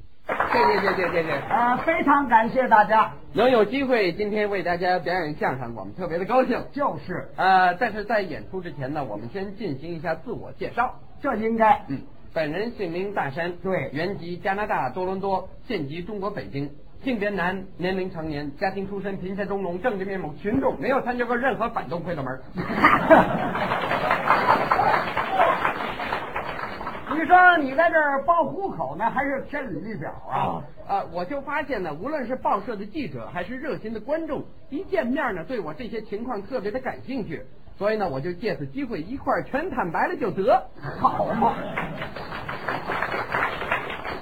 谢谢谢谢谢谢。呃，非常感谢大家。能有机会今天为大家表演相声，我们特别的高兴。就是，呃，但是在演出之前呢，我们先进行一下自我介绍。这应该嗯，本人姓名大山，对原籍加拿大多伦多，现籍中国北京，性别男，年龄成年，家庭出身贫下中农，政治面目群众，没有参加过任何反动会的门儿。你说你在这儿报户口呢，还是填履历表啊？啊，我就发现呢，无论是报社的记者还是热心的观众，一见面呢，对我这些情况特别的感兴趣，所以呢，我就借此机会一块儿全坦白了就得。好嘛！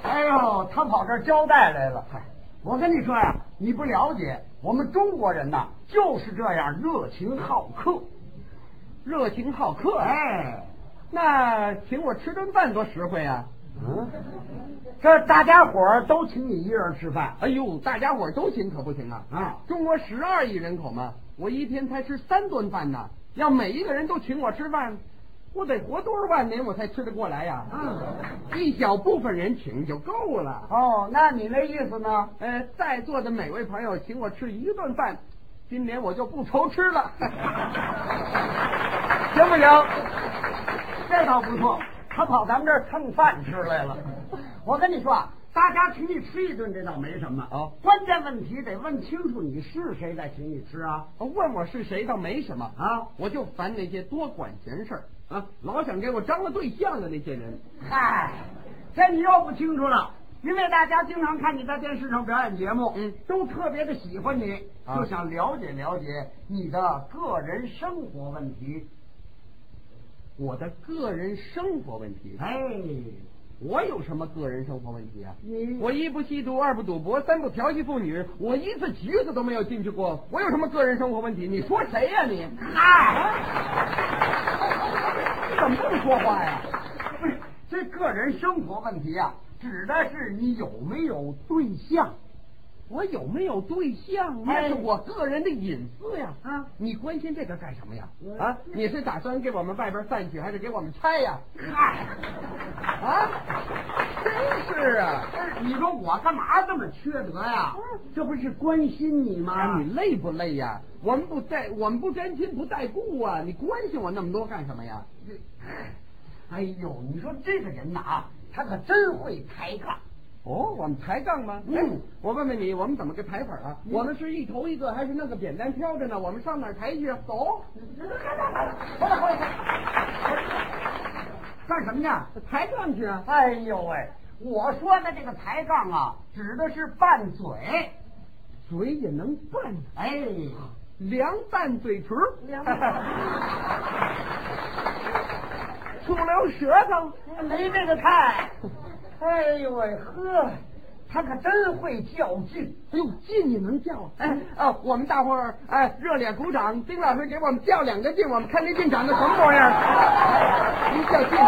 哎呦，他跑这儿交代来了。嗨，我跟你说呀、你不了解，我们中国人呐就是这样热情好客。热情好客，，啊哎，那请我吃顿饭多实惠啊！嗯，这大家伙儿都请你一人吃饭，哎呦，大家伙儿都请可不行啊！啊中国十二亿人口嘛，我一天才吃三顿饭呢，要每一个人都请我吃饭，我得活多少万年我才吃得过来呀、啊嗯一小部分人请就够了。哦，那你那意思呢？呃，在座的每位朋友请我吃一顿饭，今年我就不愁吃了， 行不行？这倒不错，他跑咱们这儿蹭饭吃来了。我跟你说啊，大家请你吃一顿，这倒没什么。哦关键问题得问清楚你是谁再请你吃啊。问我是谁倒没什么啊我就烦那些多管闲事儿啊，老想给我张罗对象的那些人。嗨，哎这你又不清楚了，因为大家经常看你在电视上表演节目，嗯都特别的喜欢你，啊就想了解了解你的个人生活问题。我的个人生活问题，哎，我有什么个人生活问题啊？你我一不吸毒，二不赌博，三不调戏妇女，我一次橘子都没有进去过，我有什么个人生活问题？你说谁呀、你？嗨，你啊怎么这么说话呀？不是这个人生活问题啊，指的是你有没有对象。我有没有对象？哎那是我个人的隐私呀！啊你关心这个干什么呀我？啊，你是打算给我们外边散去，还是给我们拆呀？嗨。啊，真是啊！哎你说我干嘛这么缺德呀？这不是关心你吗？啊，你累不累呀？我们不带，我们不沾亲不带故啊！你关心我那么多干什么呀？哎呦，你说这个人呐啊，他可真会抬杠。哦，我们抬杠吗？嗯哎，我问问你，我们怎么个抬法啊？嗯我们是一头一个，还是那个扁担飘着呢？我们上哪儿抬去啊？走，回来回来，干什么呢？抬杠去啊！哎呦喂，我说的这个抬杠啊，指的是拌嘴。嘴也能拌，哎，凉拌嘴唇儿，凉醋溜舌头。没这个菜。哎呦喂，呵，他可真会较劲。哎呦，劲也能叫啊！哎，啊，我们大伙儿哎，热烈鼓掌，丁老师给我们较两个劲，我们看这劲长得什么模 样。一较劲，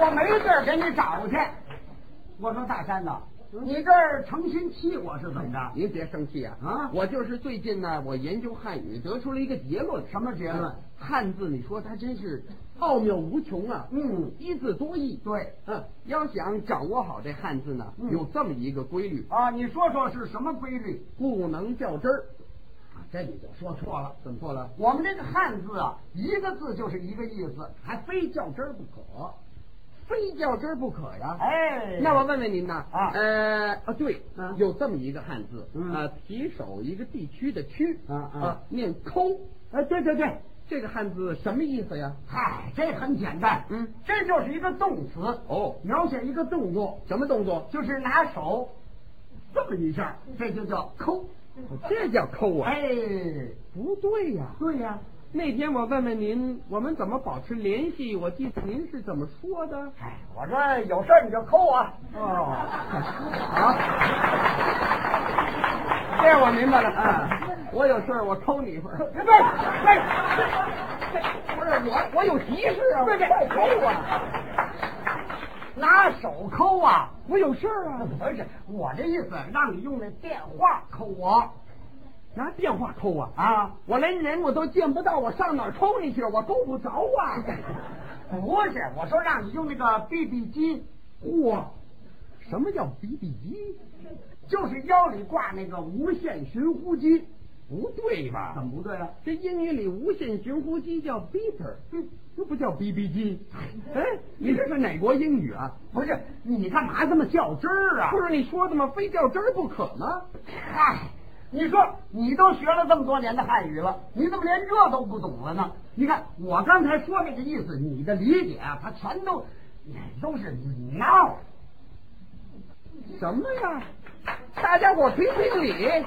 我没地儿给你找去。我说大山呐，你这儿诚心气我是怎么着？您别生气啊！啊我就是最近呢，我研究汉语得出了一个结论。什么结论汉字，你说它真是奥妙无穷啊！嗯一字多义。对嗯，要想掌握好这汉字呢，嗯有这么一个规律：啊，你说说是什么规律？不能较真儿。啊，这你就说错了。怎么错了？我们这个汉字啊，一个字就是一个意思，还非较真儿不可。非较真儿不可呀！哎那我问问您呐，啊呃，啊，对啊，有这么一个汉字，嗯啊，提手一个地区的区，啊啊啊，念抠，哎，对对对，这个汉字什么意思呀？嗨，这很简单，嗯这就是一个动词，哦描写一个动作，什么动作？就是拿手这么一下，这就叫抠。这叫抠啊！哎，不对呀。对呀、那天我问问您，我们怎么保持联系？我记得您是怎么说的？哎，我说有事儿你就扣我。哦 啊，这我明白了啊！我有事儿，我抠你一 会儿。别别别，不是我，我有急事啊！对对快抠啊！拿手抠啊！我有事儿啊！不是我这意思，让你用那电话抠我拿电话抠啊！啊！我连人我都见不到，我上哪儿抠你去？我够不着 啊！不是，我说让你用那个 BB 机，嚯，什么叫比比鸡？就是腰里挂那个无线寻呼机，不对吧？怎么不对啊了？这英语里无线寻呼机叫 beeper，这嗯不叫 BB 机。哎，你这是哪国英语啊？不是你干嘛这么较真儿啊不？是你说的吗？非较真儿不可吗？嗨，哎你说你都学了这么多年的汉语了，你怎么连这都不懂了呢？你看我刚才说这个意思，你的理解啊，它全都都是你闹。什么呀？大家伙评评理。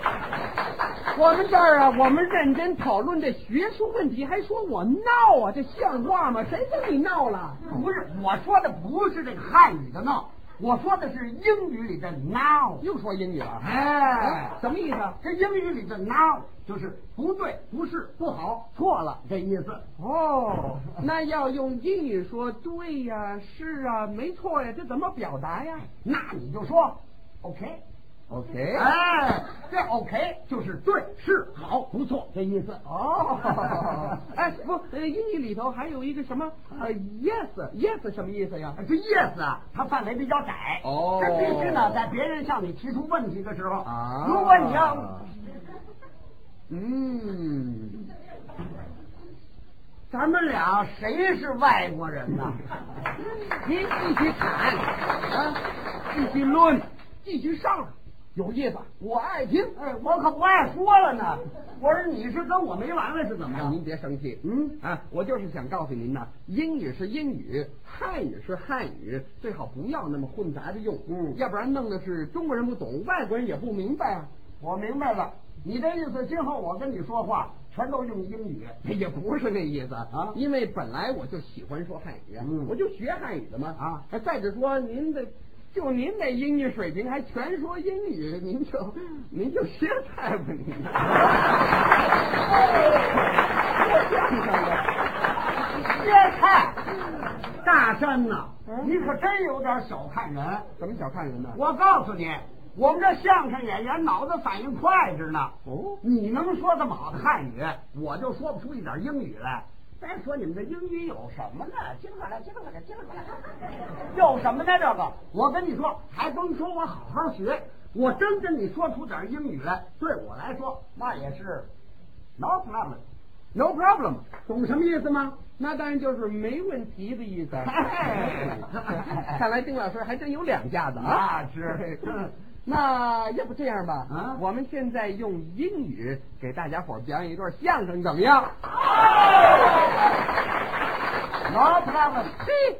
我们这儿啊，我们认真讨论这学术问题，还说我闹啊，这像话吗？谁跟你闹了？不是，我说的不是这个汉语的闹，我说的是英语里的 now。又说英语了？哎，什么意思啊？这英语里的 now 就是不对、不是、不好、错了这意思。哦，那要用英语说对呀、是啊、没错呀、这怎么表达呀那你就说 OK。 ？OK，哎，这 OK 就是对、是、好、不错这意思。哦，哎，不，呃，英语里头还有一个什么呃，yes，yes 什么意思呀？这 yes 啊，它范围比较窄，哦这必须呢，在别人向你提出问题的时候，啊如果你要嗯，咱们俩谁是外国人呢？您继续砍啊，继续论，继续上，有意思，我爱听。哎，我可不爱说了呢。我说你是跟我没完了是怎么哎，您着？别生气，嗯啊，我就是想告诉您呐，英语是英语，汉语是汉语，最好不要那么混杂着用，嗯要不然弄的是中国人不懂，外国人也不明白啊。我明白了，你这意思，今后我跟你说话全都用英语。也哎不是那意思啊因为本来我就喜欢说汉语，啊嗯我就学汉语的嘛啊。哎再者说，您的就您那英语水平，还全说英语，您就您就歇菜吧 您。说相声的。别看，大山呐、嗯你可真有点小看人。怎么小看人呢？我告诉你，我们这相声演员脑子反应快着呢。哦你能说这么好的汉语，我就说不出一点英语来。再说你们这英语有什么呢？接过来，接过来，接过来，有什么呢？这个，我跟你说，还甭说我好好学，我真跟你说出点英语来，对我来说那也是 no problem， ，no problem，懂什么意思吗？那当然就是没问题的意思。哎 看来丁老师还真有两下子啊！那是 那要不这样吧，啊我们现在用英语给大家伙儿表演一段相声，怎么样？ no problem，嘿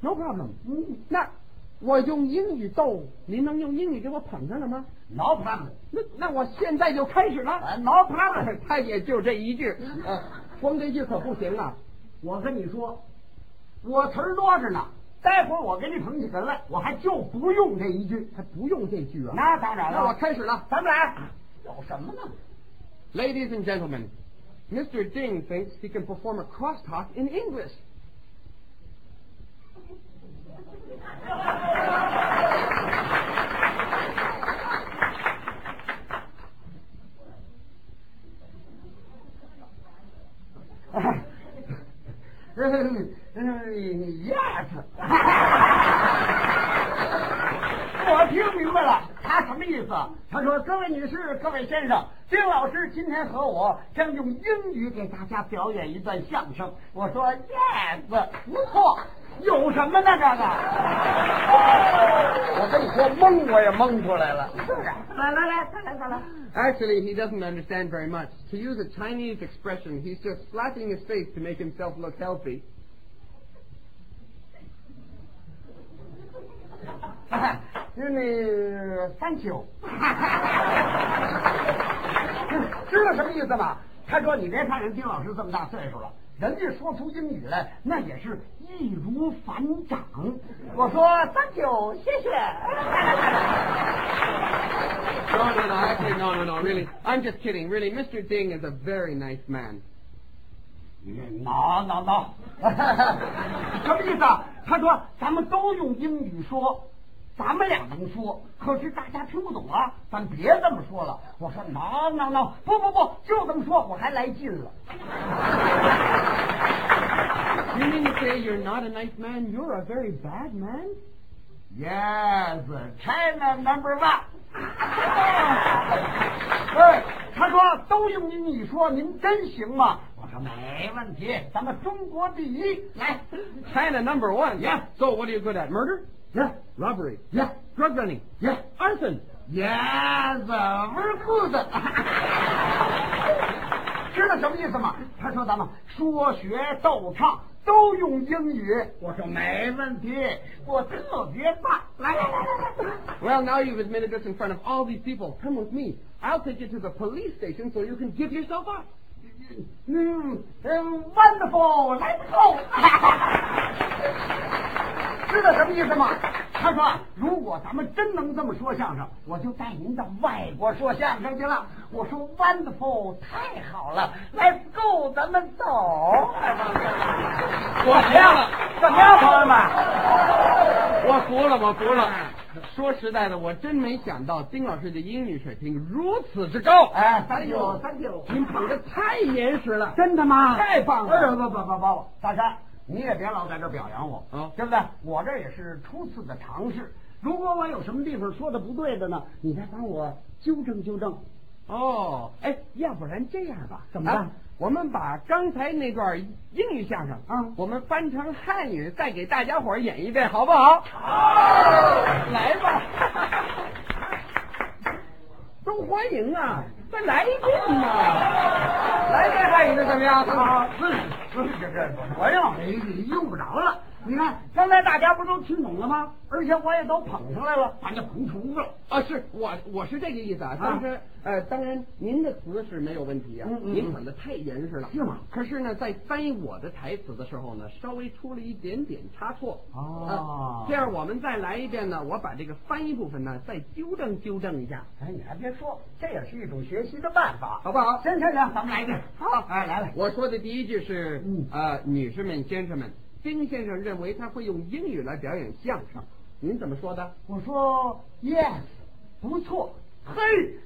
，no problem。嗯那我用英语逗您，能用英语给我捧上了吗？ ，no problem，那那我现在就开始了。哎，no problem。 他也就这一句，呃，光这句可不行啊。我跟你说，我词儿多着呢，待会儿我给你捧起哏来，我还就不用这一句。还不用这句啊？那当然了，那我开始了。咱们俩有什么呢？ Ladies and gentlemen, Mr. Ding thinks he can perform a crosstalk in English. yes，我听明白了，他什么意思？他说：“各位女士，各位先生，丁老师今天和我将用英语给大家表演一段相声。”我说：“yes，不错，有什么呢？这个？ 我跟你说，蒙我也蒙出来了。是啊，来来来，再来再来。 Actually, he doesn't understand very much. To use a Chinese expression, he's just slapping his face to make himself look healthy. 哎，那 thank you，知道什么意思吗？他说你别看人丁老师这么大岁数了，人家说出英语来那也是易如反掌。我说 thank you，谢谢。 No, no, no, actually, no, no, no, really. I'm just kidding. Really, Mr. Ding is a very nice man. no no no，什么意思啊？他说咱们都用英语说。咱们俩能说，可是大家听不懂啊！咱别这么说了。我说 no no no，不不不，就这么说，我还来劲了。 You mean to say you're not a nice man? You're a very bad man? Yes, China number one。哎，他说都用您你说，您真行吗？我说没问题，咱们中国第一。来 China number one. Yeah. So what are you good at? Murder? Yeah. Robbery? Yeah. Drug running? Yeah. Arson? Yes, we're good 知道什么意思吗？他说咱们说学逗唱都用英语。我说没问题，我特别棒。来来来来来。 Well, now you've admitted this in front of all these people. Come with me. I'll take you to the police station so you can give yourself up. 嗯嗯，wonderful，来不够。 知道什么意思吗？他说啊，如果咱们真能这么说相声，我就带您到外国说相声去了。我说 wonderful，太好了，Let's go，咱们走。我服了怎么样，朋友们？我服了，我服了。说实在的，我真没想到丁老师的英语水平如此之高。哎，thank you，thank you。您捧得太严实了。真的吗？太棒了哎呦，不不不不，大山，你也别老在这儿表扬我，啊对不对？我这也是初次的尝试。如果我有什么地方说的不对的呢，你再帮我纠正纠正。哦，哎，要不然这样吧，怎么办啊我们把刚才那段英语相声啊我们翻成汉语，再给大家伙儿演一遍，好不好？来吧， 都欢迎啊，再来一遍嘛， 来再汉语的怎么样？啊，不是不是这这我要没用不着了。你看，刚才大家不都听懂了吗？而且我也都捧上来了，咱就捧犊子了。啊，是我我是这个意思啊。当时、呃，当然您的词是没有问题啊，嗯嗯您捧的太严实了，是吗？可是呢，在翻译我的台词的时候呢，稍微出了一点点差错。哦啊这样我们再来一遍呢，我把这个翻译部分呢再纠正纠正一下。哎，你还别说，这也是一种学习的办法，好不好行行行，咱们来一遍。好哎，来来。我说的第一句是，嗯呃，女士们、先生们，丁先生认为他会用英语来表演相声，您怎么说的？我说 yes，不错。嘿，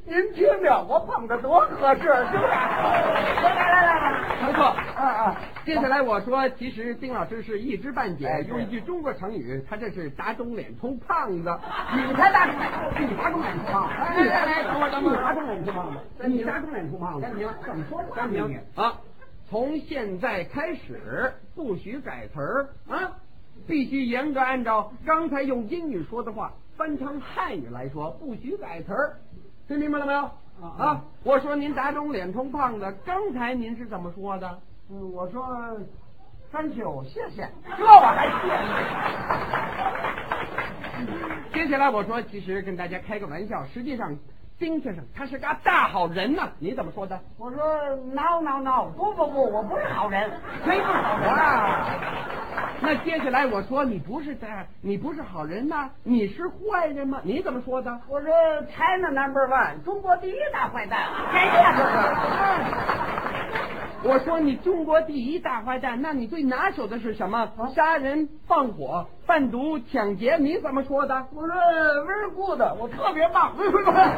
您听听，我捧的多合适，是不是？来来来来，没错。啊啊，接下来我说，其实丁老师是一知半解哎，用一句中国成语，他这是打肿脸充胖子。你才大众脸，你大众脸出胖子，来来来哎等会儿等会儿你大众脸出胖子，哎你你大大众众脸脸出出胖胖子子，怎么说话呢你？啊，从现在开始不许改词儿啊，必须严格按照刚才用英语说的话翻成汉语来说，不许改词儿，听明白了没有？啊啊，我说您打肿脸充胖子，刚才您是怎么说的？嗯，我说 thank you，谢谢，这我还谢接下来我说，其实跟大家开个玩笑，实际上丁先生他是个大好人呐、你怎么说的？我说 no no no，不不不，我不是好人，谁不是好人啊？哇！那接下来我说你不是在，你不是好人呐、你是坏人吗？你怎么说的？我说 China number one，中国第一大坏蛋，谁呀这是？我说你中国第一大坏蛋，那你最拿手的是什么？杀人、放火、贩毒、抢劫，你怎么说的？我说 very good，我特别棒。不是不是，哎，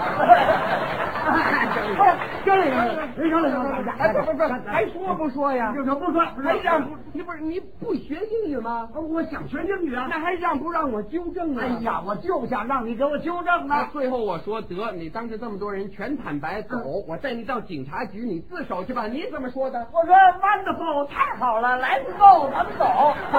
不不不，还说不说呀？就说不说，不还让说不？你不是你不学英语吗？我想学英语啊。哦那还让不让我纠正啊？哎呀，我就想让你给我纠正那呢。最后我说得，你当着这么多人全坦白走，我带你到警察局，你自首去吧。你怎么说的？我说 wonderful，太好了，来不够，咱们走。走。